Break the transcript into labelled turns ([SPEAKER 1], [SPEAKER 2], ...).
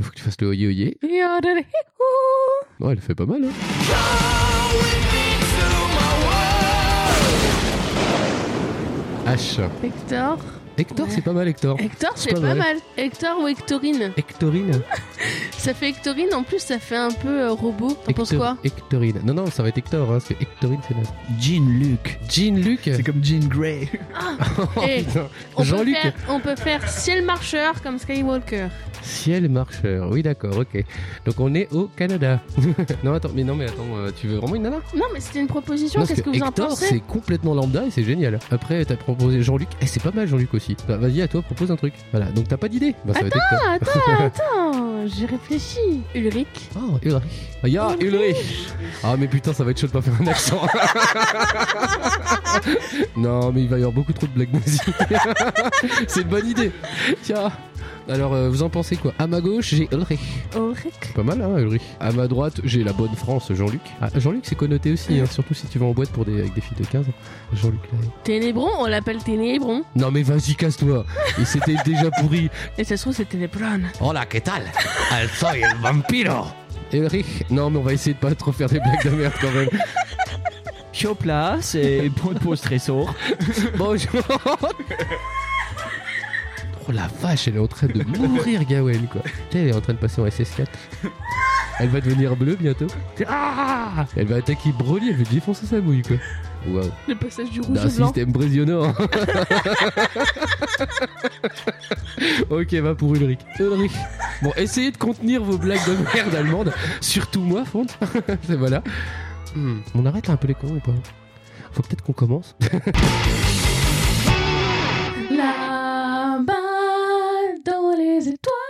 [SPEAKER 1] Faut que tu fasses le oyé oyé. Ouais, elle fait pas mal. hein. H.
[SPEAKER 2] Hector.
[SPEAKER 1] Hector,
[SPEAKER 2] Ouais.
[SPEAKER 1] c'est pas mal, Hector.
[SPEAKER 2] Hector,
[SPEAKER 1] C'est
[SPEAKER 2] c'est
[SPEAKER 1] pas
[SPEAKER 2] pas,
[SPEAKER 1] mal.
[SPEAKER 2] mal. Hector ou Hectorine.
[SPEAKER 1] Hectorine.
[SPEAKER 2] Ça fait Hectorine, en plus, ça fait un peu euh, robot. T'en penses
[SPEAKER 1] Hector-
[SPEAKER 2] quoi
[SPEAKER 1] Hectorine. Non, non, ça va être Hector, hein, parce que Hectorine, c'est naze.
[SPEAKER 3] Jean-Luc.
[SPEAKER 1] Jean-Luc.
[SPEAKER 3] C'est comme Jean Grey.
[SPEAKER 1] Oh,
[SPEAKER 2] Eh,
[SPEAKER 1] putain.
[SPEAKER 2] on peut,
[SPEAKER 1] Jean-Luc.
[SPEAKER 2] faire, on peut faire ciel marcheur comme Skywalker.
[SPEAKER 1] Ciel marcheur. Oui, d'accord, ok. Donc on est au Canada. non, attends, mais non, mais attends, euh, tu veux vraiment une nana
[SPEAKER 2] Non, mais c'était une proposition.
[SPEAKER 1] Non,
[SPEAKER 2] Qu'est-ce que vous en
[SPEAKER 1] Hector,
[SPEAKER 2] pensez
[SPEAKER 1] c'est complètement lambda et c'est génial. Après, t'as proposé Jean-Luc. Eh, c'est pas mal, Jean-Luc aussi. Bah, Vas-y, à toi, propose un truc. Voilà, donc t'as pas d'idée Bah, ça va être Hector.
[SPEAKER 2] Ah, attends, attends, j'ai réfléchi. Ulrich.
[SPEAKER 1] Oh, Ulrich. Ah, y'a Ulrich. Ah, mais putain, ça va être chaud de pas faire un accent. non, mais il va y avoir beaucoup trop de blagues nazies. c'est une bonne idée. Tiens. Alors, euh, vous en pensez quoi À ma gauche, j'ai Ulrich.
[SPEAKER 2] Ulrich.
[SPEAKER 1] Pas mal, hein, Ulrich À ma droite, j'ai la bonne France, Jean-Luc. Ah, Jean-Luc, c'est connoté aussi, hein, surtout si tu vas en boîte pour des, avec des filles de 15. Jean-Luc Lahaye.
[SPEAKER 2] Ténébron, on l'appelle Ténébron.
[SPEAKER 1] Non, mais vas-y, casse-toi. Il s'était déjà pourri.
[SPEAKER 2] Et ça se trouve, c'est Ténébron.
[SPEAKER 4] Hola, ¿qué tal? Al soy el vampiro.
[SPEAKER 1] Ulrich, non, mais on va essayer de pas trop faire des blagues de merde quand même.
[SPEAKER 3] Chope là, c'est point de pause trésor.
[SPEAKER 1] Bonjour. Oh la vache, elle est en train de mourir, Gawen, quoi. Putain, Elle est en train de passer en SS4. Elle va devenir bleue bientôt. Ah elle va attaquer Broly, elle veut défoncer sa mouille, quoi. Waouh.
[SPEAKER 2] Le passage du rouge
[SPEAKER 1] D'un
[SPEAKER 2] au blanc.
[SPEAKER 1] système impressionnant. ok, va pour Ulrich. Ulrich. Bon, essayez de contenir vos blagues de merde allemande. Surtout moi, Fonte. Et voilà. Hmm, On arrête là un peu les cons ou pas Faut peut-être qu'on commence.
[SPEAKER 2] Là-bas, dans les étoiles.